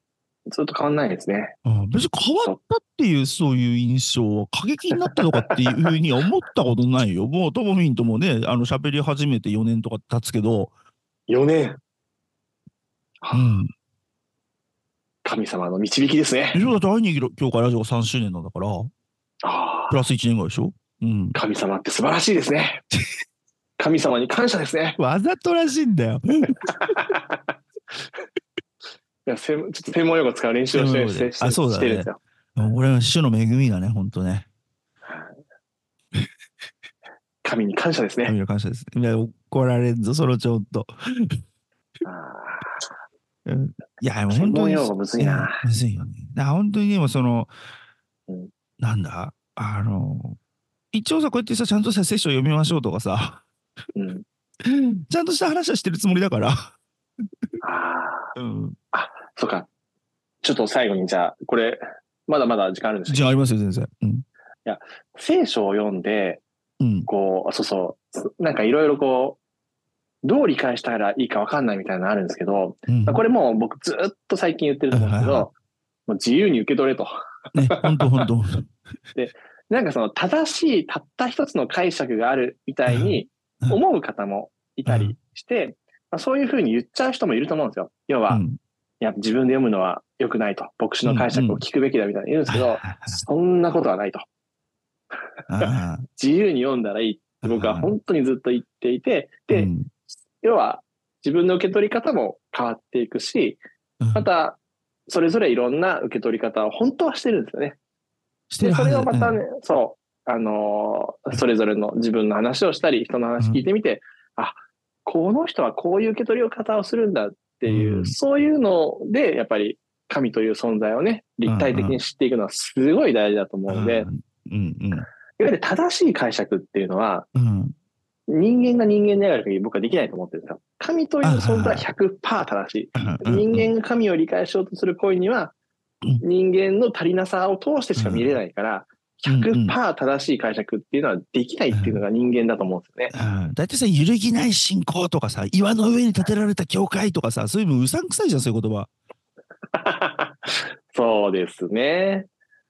Speaker 2: ずっと変わんないですね。
Speaker 1: うんうん別に変わったっていうそういう印象は過激になったとかっていうふうには思ったことない よ。もうともみんともね、あの喋り始めて4年とか経つけど、
Speaker 2: 4年
Speaker 1: うん。
Speaker 2: 神様の導きですね。
Speaker 1: でしょだって第2教会ラジオが3周年なんだから、
Speaker 2: ああ
Speaker 1: プラス1年ぐらいでしょうん。
Speaker 2: 神様って素晴らしいです ね。神様に感謝ですね。
Speaker 1: わざとらしいんだよ。
Speaker 2: いや専ちょっと専門用語使う練習をして
Speaker 1: 専門用語で
Speaker 2: して
Speaker 1: あそうだね
Speaker 2: してるんですよ。
Speaker 1: 俺は主の恵みだね、ほんとね。
Speaker 2: 神に感謝ですね。
Speaker 1: 神の感謝です。いや、怒られんぞ、そのちょっと。
Speaker 2: あ
Speaker 1: いや、もう
Speaker 2: 専
Speaker 1: 本当
Speaker 2: 門
Speaker 1: に。
Speaker 2: 用語むずいな。
Speaker 1: むずいよね。だから本当にでもその、
Speaker 2: うん
Speaker 1: なんだあの、一応さ、こうやってさ、ちゃんとした聖書を読みましょうとかさ、
Speaker 2: ーうん、
Speaker 1: ちゃんとした話はしてるつもりだ から。
Speaker 2: あ
Speaker 1: うん、
Speaker 2: ーそうか。ちょっと最後にじゃあこれまだまだ時間あるんですけ
Speaker 1: じ
Speaker 2: ど
Speaker 1: ゃあ、ありますよ、全然。うん。
Speaker 2: 聖書を読んで
Speaker 1: うん。
Speaker 2: こう、そうそう、なんかいろいろこう、どう理解したらいいかわかんないみたいなのあるんですけど、
Speaker 1: うん、
Speaker 2: これもう僕ずっと最近言ってると思うんです
Speaker 1: は
Speaker 2: け
Speaker 1: いは
Speaker 2: ど、もう自由に受け取れと。
Speaker 1: ね、本当本当本
Speaker 2: なんかその正しいたった一つの解釈があるみたいに
Speaker 1: うん
Speaker 2: 思う方もいたりして、まあ、そういうふうに言っちゃう人もいると思うんですよ。要
Speaker 1: 当。
Speaker 2: は、
Speaker 1: う
Speaker 2: い
Speaker 1: ん
Speaker 2: や自分で読むのは良くないと。牧師の解釈を聞くべきだみたいに言うんですけど、そんなことはないと。
Speaker 1: あー
Speaker 2: 自由に読んだらいいって 僕は本当にずっと言っていて、で、
Speaker 1: うん
Speaker 2: 要は自分の受け取り方も変わっていくし、
Speaker 1: うん
Speaker 2: またそれぞれいろんな受け取り方を本当はしてるんですよね。
Speaker 1: して
Speaker 2: で、
Speaker 1: る
Speaker 2: そ
Speaker 1: は
Speaker 2: れ
Speaker 1: ず
Speaker 2: をまたね、そう、あのーそれぞれの自分の話をしたり、人の話聞いてみて、あ、この人はこういう受け取り方をするんだってい
Speaker 1: う
Speaker 2: う、
Speaker 1: ん
Speaker 2: そういうので、やっぱり神という存在をね、立体的に知っていくのはすごい大事だと思う
Speaker 1: うん
Speaker 2: ので、いわ
Speaker 1: うんうん
Speaker 2: ゆる正しい解釈っていうのは、
Speaker 1: うん。
Speaker 2: 人間が人間である限り僕はできないと思ってるんですよ。神という存在は100%正しい。人間が神を理解しようとする行為には
Speaker 1: うん
Speaker 2: 人間の足りなさを通してしか見れないから100%正しい解釈っていうのはできないっていうのが人間だと思うんですよね。
Speaker 1: うんだいたいさ、揺るぎない信仰とかさ、岩の上に建てられた教会とかさ、そういうのうさんくさいじゃん、そういう言葉。
Speaker 2: そうですね。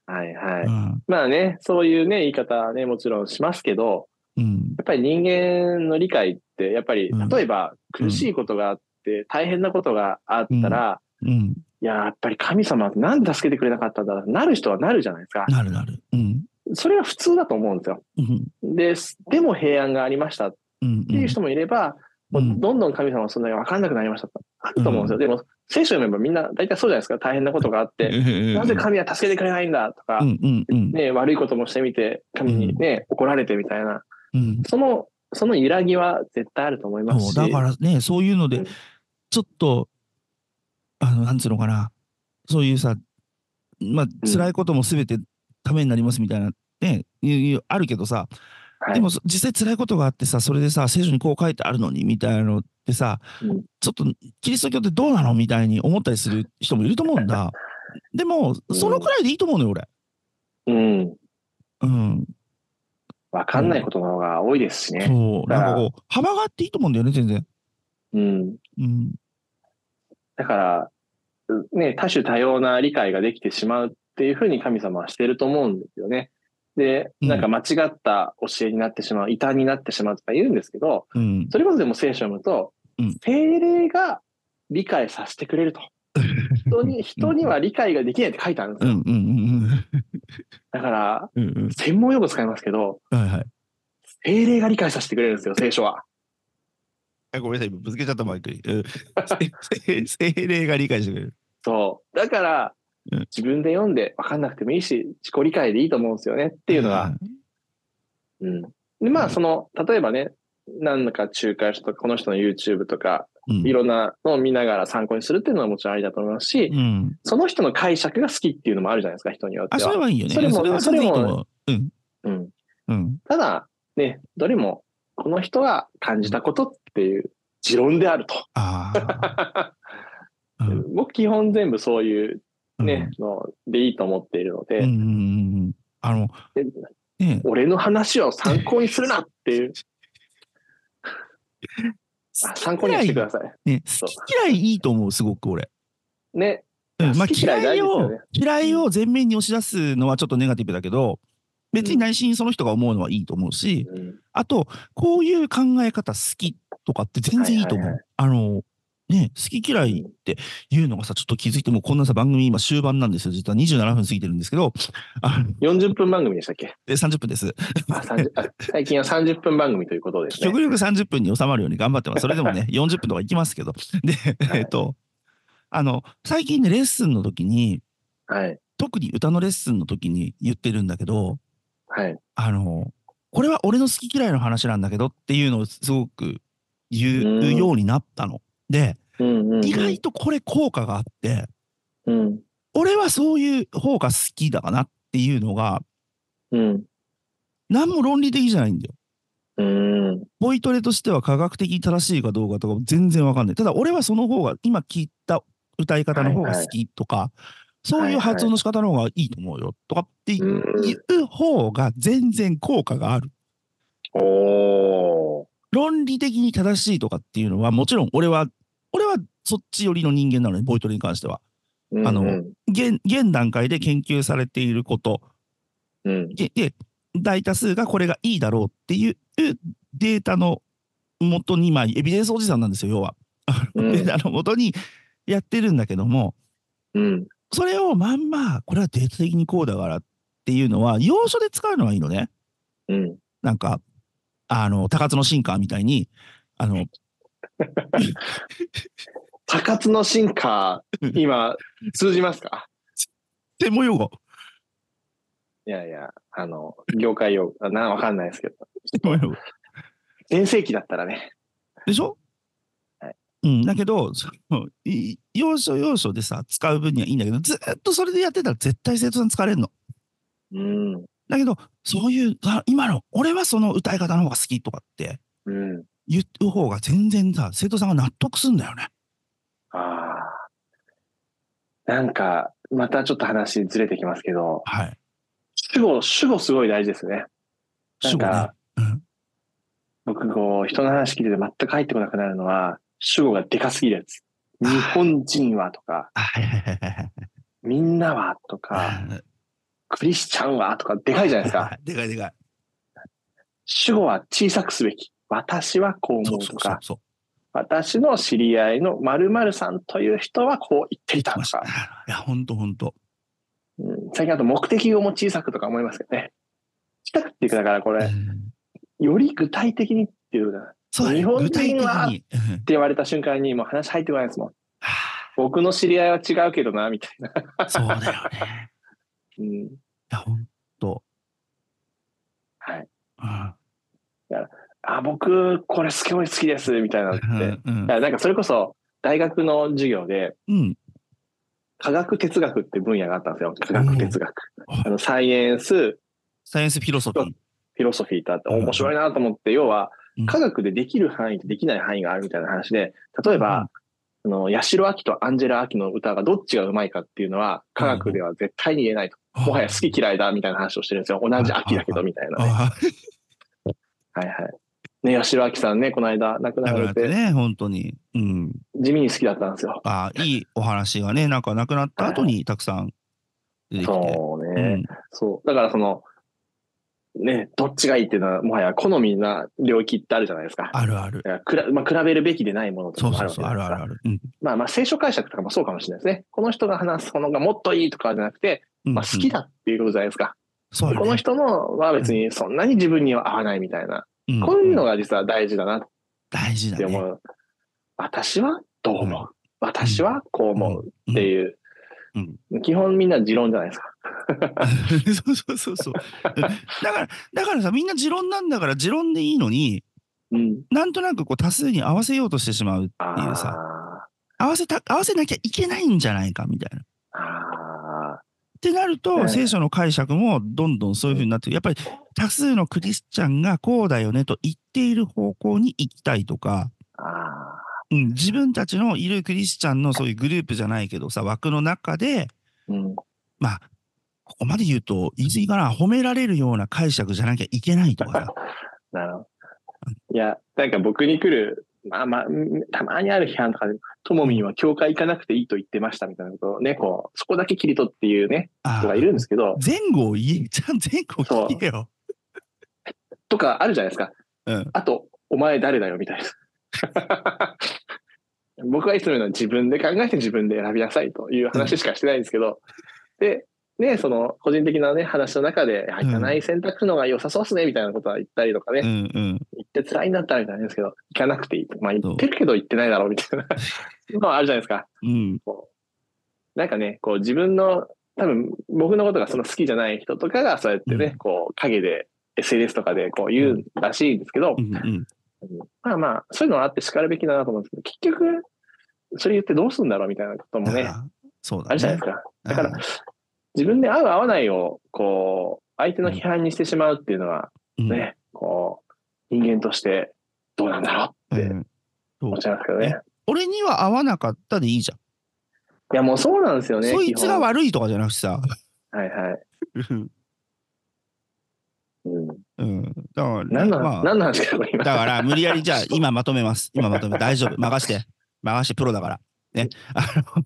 Speaker 2: はいはい。
Speaker 1: うん
Speaker 2: まあね、そういうね、言い方はね、もちろんしますけど、
Speaker 1: うん。
Speaker 2: やっぱり人間の理解って、やっぱり
Speaker 1: うん
Speaker 2: 例えば苦しいことがあって大変なことがあったら、
Speaker 1: うん。
Speaker 2: いや、やっぱり神様ってなんで助けてくれなかったんだなる人はなるじゃないですか。
Speaker 1: なるなる。うん。
Speaker 2: それは普通だと思うんですよ。
Speaker 1: うん。
Speaker 2: です。でも平安がありましたっ
Speaker 1: うん。
Speaker 2: ていう人もいれば、
Speaker 1: うん
Speaker 2: もうどんどん神様の存在が分かんなくなりましたとあると思うんですよ。でも、聖書読めばみんな大体そうじゃないですか。大変なことがあって、なぜ神は助けてくれないんだとか、
Speaker 1: うんうんうん
Speaker 2: ね、悪いこともしてみて、神にね、怒られてみたいな。
Speaker 1: うん
Speaker 2: そのその揺らぎは絶対あると思います
Speaker 1: そうだ
Speaker 2: し。
Speaker 1: からね、そういうの
Speaker 2: う
Speaker 1: で
Speaker 2: ん、
Speaker 1: ちょっと、あの、なんつうのかな、そういうさ、まあ、
Speaker 2: ん
Speaker 1: 辛いこともすべてためになりますみたいな、ね、いういうあるけどさ、
Speaker 2: はい
Speaker 1: でもそ実際辛いことがあってさ、それでさ、聖書にこう書いてあるのにみたいなのってさ、
Speaker 2: うん
Speaker 1: ちょっとキリスト教ってどうなのみたいに思ったりする人もいると思うん だ。でも、そのくらいでいいと思うのよ、俺。
Speaker 2: うん。
Speaker 1: うん。
Speaker 2: わかんないことの方が多いですしね。
Speaker 1: そう。なんかこう、幅があっていいと思うんだよね、全然。
Speaker 2: うん。
Speaker 1: うん。
Speaker 2: だから、うね、多種多様な理解ができてしまうっていうふうに神様はしてると思うんですよね。で、
Speaker 1: うん
Speaker 2: なんか間違った教えになってしまう、異端になってしまうとか言うんですけど、
Speaker 1: うん。
Speaker 2: それこそでも聖書を読むと、
Speaker 1: うん
Speaker 2: 精霊が理解させてくれ ると。人に、人には理解ができないって書いてあるんです
Speaker 1: うん
Speaker 2: よ。
Speaker 1: うんうん
Speaker 2: だから、
Speaker 1: うん。うん
Speaker 2: 専門用語使いますけど、
Speaker 1: うん。はいはい。
Speaker 2: 精霊が理解させてくれるんですよ、聖書は。
Speaker 1: あごめんなさい、今ぶつけちゃったマイクに。うんせせ精霊が理解してくれる。
Speaker 2: そう。だから
Speaker 1: うん、
Speaker 2: 自分で読んで分かんなくてもいいし、自己理解でいいと思うんですよねっていうのが、うん。で、ま
Speaker 1: う
Speaker 2: あ、
Speaker 1: ん
Speaker 2: その、例えばね、何らか仲介者とか、この人の YouTube とか、
Speaker 1: うん、
Speaker 2: いろんなのを見ながら参考にするっていうのはもちろんありだと思いますし、
Speaker 1: うん。
Speaker 2: その人の解釈が好きっていうのもあるじゃないですか、人によって
Speaker 1: あ、それ
Speaker 2: は。
Speaker 1: はいいよね。
Speaker 2: それも
Speaker 1: は全然いいと思う。うん。
Speaker 2: うん、
Speaker 1: うん。
Speaker 2: ただ、ね、どれも、この人が感じたことっていう持論であると。
Speaker 1: ああ。うん
Speaker 2: 僕、基本全部そういうね、
Speaker 1: う
Speaker 2: のでいいと思っているので、
Speaker 1: んうんうんうんうん。あの、
Speaker 2: で
Speaker 1: ね
Speaker 2: 俺の話を参考にするなっていう、あ参考にはしてください。
Speaker 1: ね、好き嫌いいいと思う、すごく俺。
Speaker 2: ね、
Speaker 1: うんまあ、
Speaker 2: 好き嫌い
Speaker 1: 嫌い
Speaker 2: 大事
Speaker 1: を
Speaker 2: ですよね、
Speaker 1: 嫌いを前面に押し出すのはちょっとネガティブだけど、別に内心その人が思うのはいいと思うし、
Speaker 2: うん
Speaker 1: あと、こういう考え方好きとかって全然いいと思。
Speaker 2: はいう
Speaker 1: あの、ね、好き嫌いっていうのがさ、ちょっと気づいても、こんなさ、番組今終盤なんですよ。実は27分過ぎてるんですけど、あの
Speaker 2: 40分番組でしたっけ
Speaker 1: で30分です。
Speaker 2: あ30あ最近は30分番組ということですね
Speaker 1: 極。力30分に収まるように頑張ってます。それでもね、40分とかい きますけど。で、
Speaker 2: はい
Speaker 1: えっと、あの、最近ね、レッスンの時に、
Speaker 2: はい。
Speaker 1: 特に歌のレッスンの時に言ってるんだけど、
Speaker 2: はい。
Speaker 1: あの、これは俺の好き嫌いの話なんだけどっていうのをすごく言うようになったの。で、
Speaker 2: うんうんうん、
Speaker 1: 意外とこれ効果があって、
Speaker 2: うん。
Speaker 1: 俺はそういう方が好きだかなっていうのが、
Speaker 2: うん。
Speaker 1: 何も論理的じゃないんだよ。
Speaker 2: うん。
Speaker 1: ボイトレとしては科学的に正しいかどうかとかも全然わかんない。ただ俺はその方が、今聞いた歌い方の方が好きとか、そういう発音の仕方の方がいいと思うよとかってい
Speaker 2: うん
Speaker 1: う方が全然効果がある。
Speaker 2: おー。
Speaker 1: 論理的に正しいとかっていうのは、もちろん俺は、俺はそっち寄りの人間なのに、ボイトレに関しては。
Speaker 2: うん
Speaker 1: あの
Speaker 2: うん。
Speaker 1: 現現段階で研究されていること
Speaker 2: うん。
Speaker 1: で、で大多数がこれがいいだろうっていうデータのもとに、まあ、エビデンスおじさんなんですよ、要は。
Speaker 2: うん
Speaker 1: データのもとにやってるんだけども、
Speaker 2: うん。
Speaker 1: それをまんま、これはデータ的にこうだからっていうのは、要所で使うのはいいのね。
Speaker 2: うん。
Speaker 1: なんか、あの、高津のシンカーみたいに、あの、
Speaker 2: 高津の進化、今、通じますか
Speaker 1: 専門用語。
Speaker 2: いやいや、あの、業界用、あな、わかんないですけど。
Speaker 1: 専門用語。
Speaker 2: 全盛期だったらね。
Speaker 1: でしょ、
Speaker 2: はい
Speaker 1: うん、だけどそのい要所要所でさ使う分にはいいんだけどずーっとそれでやってたら絶対生徒さん疲れるの。
Speaker 2: うん。
Speaker 1: だけどそういうあ今の俺はその歌い方の方が好きとかって
Speaker 2: うん。
Speaker 1: 言う方が全然さ生徒さんが納得すんだよね。
Speaker 2: あー。なんか、またちょっと話ずれてきますけど、
Speaker 1: はい。
Speaker 2: 主語、主語すごい大事ですね。な
Speaker 1: 主
Speaker 2: ん
Speaker 1: 語ね
Speaker 2: か。、僕こう、人の話聞いてて全く入ってこなくなるのは、主語がでかすぎるや つ。
Speaker 1: あー
Speaker 2: 日本人はとか、
Speaker 1: あはいはいはいはい
Speaker 2: みんなはと
Speaker 1: は
Speaker 2: か、
Speaker 1: い。
Speaker 2: クリスチャンはとか、でかいじゃないですか。
Speaker 1: か。でかいでかい。
Speaker 2: 主語は小さくすべき。私はこう
Speaker 1: そ
Speaker 2: 思う
Speaker 1: うそ
Speaker 2: と
Speaker 1: うそう
Speaker 2: か、
Speaker 1: そう。
Speaker 2: 私の知り合いの〇〇さんという人はこう言っていたと
Speaker 1: ました
Speaker 2: か、
Speaker 1: いや本当本当。
Speaker 2: うん最近あと目的語も小さくとか思いますけどね。小さくっていうか、だからこ
Speaker 1: う
Speaker 2: れ、
Speaker 1: ん
Speaker 2: より具体的にっていうか、っ
Speaker 1: そうだね
Speaker 2: 日本
Speaker 1: 具体
Speaker 2: 人
Speaker 1: 的
Speaker 2: は
Speaker 1: に。うん
Speaker 2: て言われた瞬間にもう話入ってこないですもん。
Speaker 1: は
Speaker 2: 僕の知り合いは違うけどな、みたいな。
Speaker 1: あそうだよね。
Speaker 2: うん
Speaker 1: いや本当。
Speaker 2: はい。
Speaker 1: うん
Speaker 2: ああ、僕、これすごい好きです、みたいなのって。だからなんかそれこそ、大学の授業で、
Speaker 1: うん。
Speaker 2: 科学哲学って分野があったんですよ。科学哲学。
Speaker 1: うん
Speaker 2: あの、サイエンス、フ
Speaker 1: サイエンスフィロソフィー。
Speaker 2: ィロソフィーとあって
Speaker 1: うん
Speaker 2: 面白いなと思って、要は
Speaker 1: うん、
Speaker 2: 科学でできる範囲とできない範囲があるみたいな話で、例えば、あの、八代亜紀とアンジェラ亜紀の歌がどっちがうまいかっていうのは、科学では絶対に言えないと。
Speaker 1: うん、
Speaker 2: もはや好き嫌いだみたいな話をしてるんですよ。同じ秋だけどみたいなね。
Speaker 1: あ
Speaker 2: はいはい。ね、八代亜紀さんね、この間亡く
Speaker 1: あ、だ
Speaker 2: なら
Speaker 1: か
Speaker 2: れ
Speaker 1: らって
Speaker 2: て、
Speaker 1: ね、本当に。うん。
Speaker 2: 地味に好きだったんですよ。
Speaker 1: ああ、いいお話がね、なんか亡くなった後にたくさん出てきて。
Speaker 2: そう
Speaker 1: う
Speaker 2: ね。
Speaker 1: ん
Speaker 2: そう。だからその、ね、どっちがいいっていうのは、もはや好みな領域ってあるじゃないですか。
Speaker 1: あるある。
Speaker 2: だからくらまあ、比べるべきでないものと
Speaker 1: そ
Speaker 2: か
Speaker 1: う
Speaker 2: もあ
Speaker 1: そ
Speaker 2: る
Speaker 1: う
Speaker 2: わけ
Speaker 1: そ
Speaker 2: じ
Speaker 1: う、
Speaker 2: ゃ
Speaker 1: あるある
Speaker 2: ないですか
Speaker 1: ある。うん
Speaker 2: まあまあ、聖書解釈とかもそうかもしれないですね。この人が話すものがもっといいとかじゃなくて、
Speaker 1: うん
Speaker 2: まあ好きだっていうことじゃないですか。
Speaker 1: そう
Speaker 2: この人のは別にそんなに自分には合わないみたいな。こ
Speaker 1: こ
Speaker 2: ういうのが実は大事だなっ
Speaker 1: 大事だ
Speaker 2: て思う。
Speaker 1: ね。
Speaker 2: 私はどう思う、
Speaker 1: うん
Speaker 2: 私はこう思うっていう。
Speaker 1: うん
Speaker 2: 基本みんな持論じゃないですか。
Speaker 1: そうそうそうそう。だから、だからさ、みんな持論なんだから持論でいいのに、
Speaker 2: うん。
Speaker 1: なんとなくこう多数に合わせようとしてしまう。
Speaker 2: あ
Speaker 1: っていう
Speaker 2: ー
Speaker 1: さ合わせた、合わせなきゃいけないんじゃないかみたいな。っ
Speaker 2: あ
Speaker 1: てなる
Speaker 2: え
Speaker 1: と、
Speaker 2: え
Speaker 1: 聖書の解釈もどんどんそういう風になってくる。やっぱり多数のクリスチャンがこうだよねと言っている方向に行きたいとか、
Speaker 2: ーあ
Speaker 1: うん、自分たちのいるクリスチャンのそういうグループじゃないけどさ、枠の中で、
Speaker 2: ー。うん。
Speaker 1: まあ、ここまで言うと言い過ぎかな、褒められるような解釈じゃなきゃいけないとかさ。
Speaker 2: なるほど。いや、なんか僕に来る、まあまあ、うんたまにある批判とかで、ともみんは教会行かなくていいと言ってましたみたいなことをね、こう、そこだけ切り取っていうね、
Speaker 1: あ
Speaker 2: 人がいるんですけど、
Speaker 1: 前後を言え、ちゃん 前後を聞けよ。
Speaker 2: とかあるじゃないですか。
Speaker 1: うん
Speaker 2: あと、お前誰だよみたいな。 僕はいつも言うのは自分で考えて自分で選びなさいという話しかしてないんですけど、で、ね、その個人的なね、話の中で、いや行かない選択肢の方が良さそうっすねみたいなことは言ったりとかね、
Speaker 1: うんうん。
Speaker 2: 行って辛いんだったらみたいなんですけど、行かなくていいと。まあ行ってるけど行ってないだろうみたいな のはあるじゃないですか。
Speaker 1: うん。
Speaker 2: なんかね、こう自分の、多分僕のことがその好きじゃない人とかがそうやってね、
Speaker 1: うん
Speaker 2: こう影で SNS とかでこう言うらしいんですけど、
Speaker 1: うんうん。
Speaker 2: まあまあ、そういうのはあって叱るべきだなと思うんですけど、結局、それ言ってどうすんだろうみたいなことも
Speaker 1: だか
Speaker 2: ね、
Speaker 1: ら、そう
Speaker 2: あ
Speaker 1: だ
Speaker 2: るじゃない
Speaker 1: ね
Speaker 2: です。か。
Speaker 1: だ
Speaker 2: だから、自分で合う合わないを、こう、相手の批判にしてしまうっていうのは、ね、こう、人間としてどうなんだろう
Speaker 1: うん
Speaker 2: っ
Speaker 1: う
Speaker 2: て
Speaker 1: んそう
Speaker 2: 思っちゃいますけどね。
Speaker 1: 俺には合わなかったでいいじゃ
Speaker 2: いや、もうそうなんですよ
Speaker 1: ん。
Speaker 2: ね。
Speaker 1: そいつ
Speaker 2: 基
Speaker 1: が
Speaker 2: 本は
Speaker 1: 悪いとかじゃなくて さ。
Speaker 2: いはい。うん、
Speaker 1: うん。だから、
Speaker 2: 何の、
Speaker 1: まあ
Speaker 2: 何の話かと思いま
Speaker 1: だ
Speaker 2: した。
Speaker 1: から、無理やり、じゃあ、今まとめます。今まとめ、大丈夫。任して。任して、プロだから。ね。あの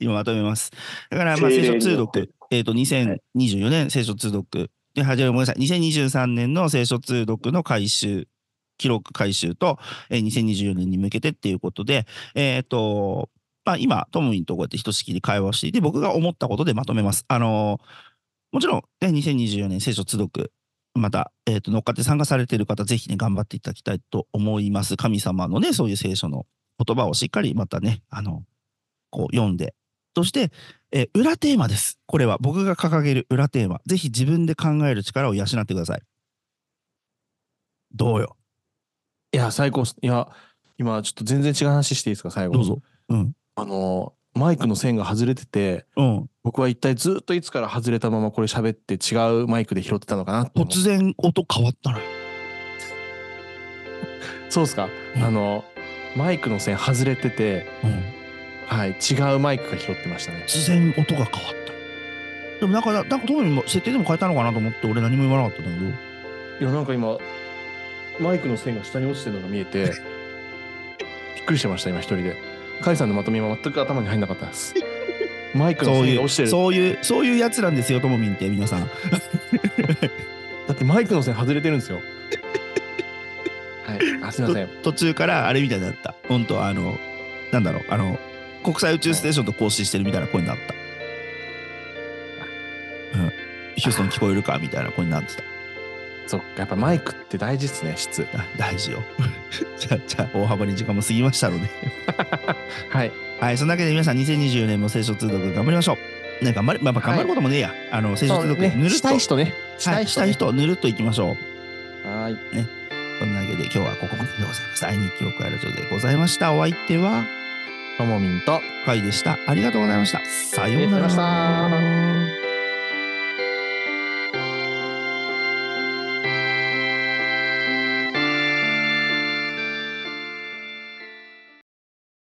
Speaker 1: 今まとめます。だから、まあ、聖
Speaker 2: 精霊
Speaker 1: 書
Speaker 2: に
Speaker 1: 通
Speaker 2: よって
Speaker 1: 読、えっ、と、2024年聖書通読。で、はじめ、ごめんなさい。2023年の聖書通読の回収、記録回収と、えー2024年に向けてっていうことで、えっ、と、まあ、今、トムインとこうやってひとしきり会話をしていて、僕が思ったことでまとめます。あのーもちろん、ね、2024年聖書通読、また、えー、と乗っかって参加されている方、ぜひね、頑張っていただきたいと思います。神様のね、そういう聖書の言葉をしっかりまたね、あの、こう読んで。そして、えー裏テーマです。これは僕が掲げる裏テーマ。ぜひ自分で考える力を養ってください。どうよ。
Speaker 4: いや、最高っす。いや、今ちょっと全然違う話していいですか、最後。
Speaker 1: どうぞ。うん。
Speaker 4: あの、マイクの線が外れてて、
Speaker 1: うん。
Speaker 4: 僕は一体ずっといつから外れたままこれ喋って違うマイクで拾ってたのかなって思って
Speaker 1: 突然音変わったのよ。
Speaker 4: そうっすか。
Speaker 1: うん
Speaker 4: あの、マイクの線外れてて、
Speaker 1: うん。
Speaker 4: はい、違うマイクが拾ってましたね。
Speaker 1: 突然音が変わった。でもなんか、なんかトムにも設定でも変えたのかなと思って、俺何も言わなかったんだけど。
Speaker 4: いや、なんか今、マイクの線が下に落ちてるのが見え て、びっくりしてました、今一人で。カイさんのまとめは全く頭に入んなかったです。マイクの
Speaker 1: そう
Speaker 4: 線
Speaker 1: い
Speaker 4: が
Speaker 1: う、
Speaker 4: 落ちてる。
Speaker 1: そういう、そういうやつなんですよ、ともみんって、皆さん。
Speaker 4: だってマイクの線外れてるんですよ。はい、あすいません。
Speaker 1: 途中からあれみたいになった。本当あの、なんだろう、あの、国際宇宙ステーションと交信してるみたいな声になった。うん。ヒューストン聞こえるかみたいな声になってた。
Speaker 4: そっか、やっぱマイクって大事っすね、質。
Speaker 1: あ大事よ。 じゃあ、じゃあ、大幅に時間も過ぎましたので。
Speaker 4: はい。
Speaker 1: はい、そんなわけで皆さん、2024年も聖書通読頑張りましょう。ね、頑張る、まあ、まあ頑張ることもねえや。あの、聖書通
Speaker 4: そう
Speaker 1: 読、ぬるっ
Speaker 4: し
Speaker 1: と、
Speaker 4: たい人ね。し
Speaker 1: は
Speaker 4: た
Speaker 1: い
Speaker 4: い
Speaker 1: し
Speaker 4: 人
Speaker 1: た
Speaker 4: ね、
Speaker 1: い人、ぬるっといきましょう。
Speaker 4: はーい。
Speaker 1: そんなわけでげで今日はここまででございます。第2記憶ラジオでございました。お相手は、
Speaker 4: ともみんと
Speaker 1: カイでした。ありがとうございました。さようなら。
Speaker 2: ありがとうございました